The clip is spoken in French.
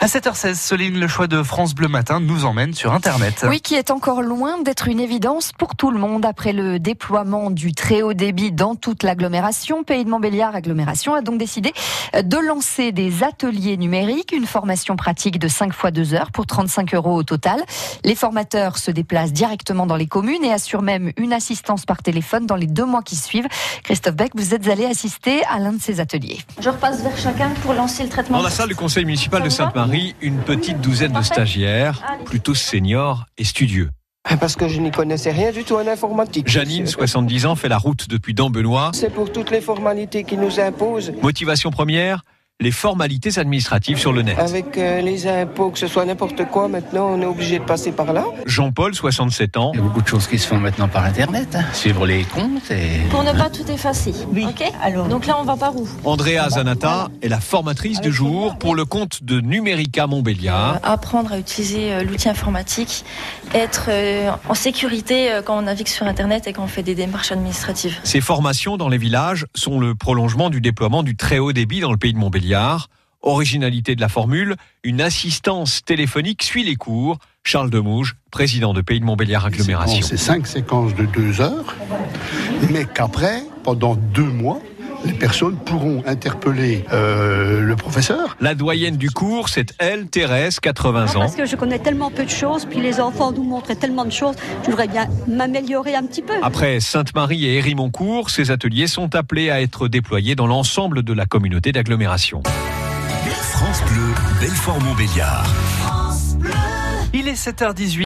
7h16, Soline, le choix de France Bleu Matin nous emmène sur Internet. Oui, qui est encore loin d'être une évidence pour tout le monde. Après le déploiement du très haut débit dans toute l'agglomération, Pays de Montbéliard Agglomération a donc décidé de lancer des ateliers numériques, une formation pratique de 5 fois 2 heures pour 35 euros au total. Les formateurs se déplacent directement dans les communes et assurent même une assistance par téléphone dans les deux mois qui suivent. Christophe Beck, vous êtes allé assister à l'un de ces ateliers. Je repasse vers chacun pour lancer le traitement. Dans la salle du conseil municipal de Sainte-Marie, une petite douzaine de stagiaires, plutôt seniors et studieux. Ah, Parce que je n'y connaissais rien du tout en informatique. Janine, 70 ans, fait la route depuis Dambenois. C'est pour toutes les formalités qui nous imposent. Motivation première les formalités administratives sur le net. Avec euh, les impôts, que ce soit n'importe quoi, maintenant on est obligé de passer par là. Jean-Paul, 67 ans. Il y a beaucoup de choses qui se font maintenant par Internet. hein. Suivre les comptes et... Pour ne pas tout effacer. Ok Alors. Donc là, on va par où Andrea Zanata est la formatrice du jour pour le compte de Numérica Euh, Montbéliard. apprendre à utiliser euh, l'outil informatique, être euh, en sécurité euh, quand on navigue sur Internet et quand on fait des démarches administratives. Ces formations dans les villages sont le prolongement du déploiement du très haut débit dans le pays de Montbéliard. Originalité de la formule, une assistance téléphonique suit les cours. Charles Demouge, président de Pays de Montbéliard Agglomération. C'est cinq séquences de deux heures, mais qu'après, pendant deux mois, les personnes pourront interpeller euh, le professeur. La doyenne du cours, c'est elle, Thérèse, 80 ans. Parce que je connais tellement peu de choses, puis les enfants nous montrent tellement de choses, je voudrais bien m'améliorer un petit peu. Après Sainte-Marie et Hérimoncourt, ces ateliers sont appelés à être déployés dans l'ensemble de la communauté d'agglomération. France Bleu, Belfort-Montbéliard. Il est 7h18.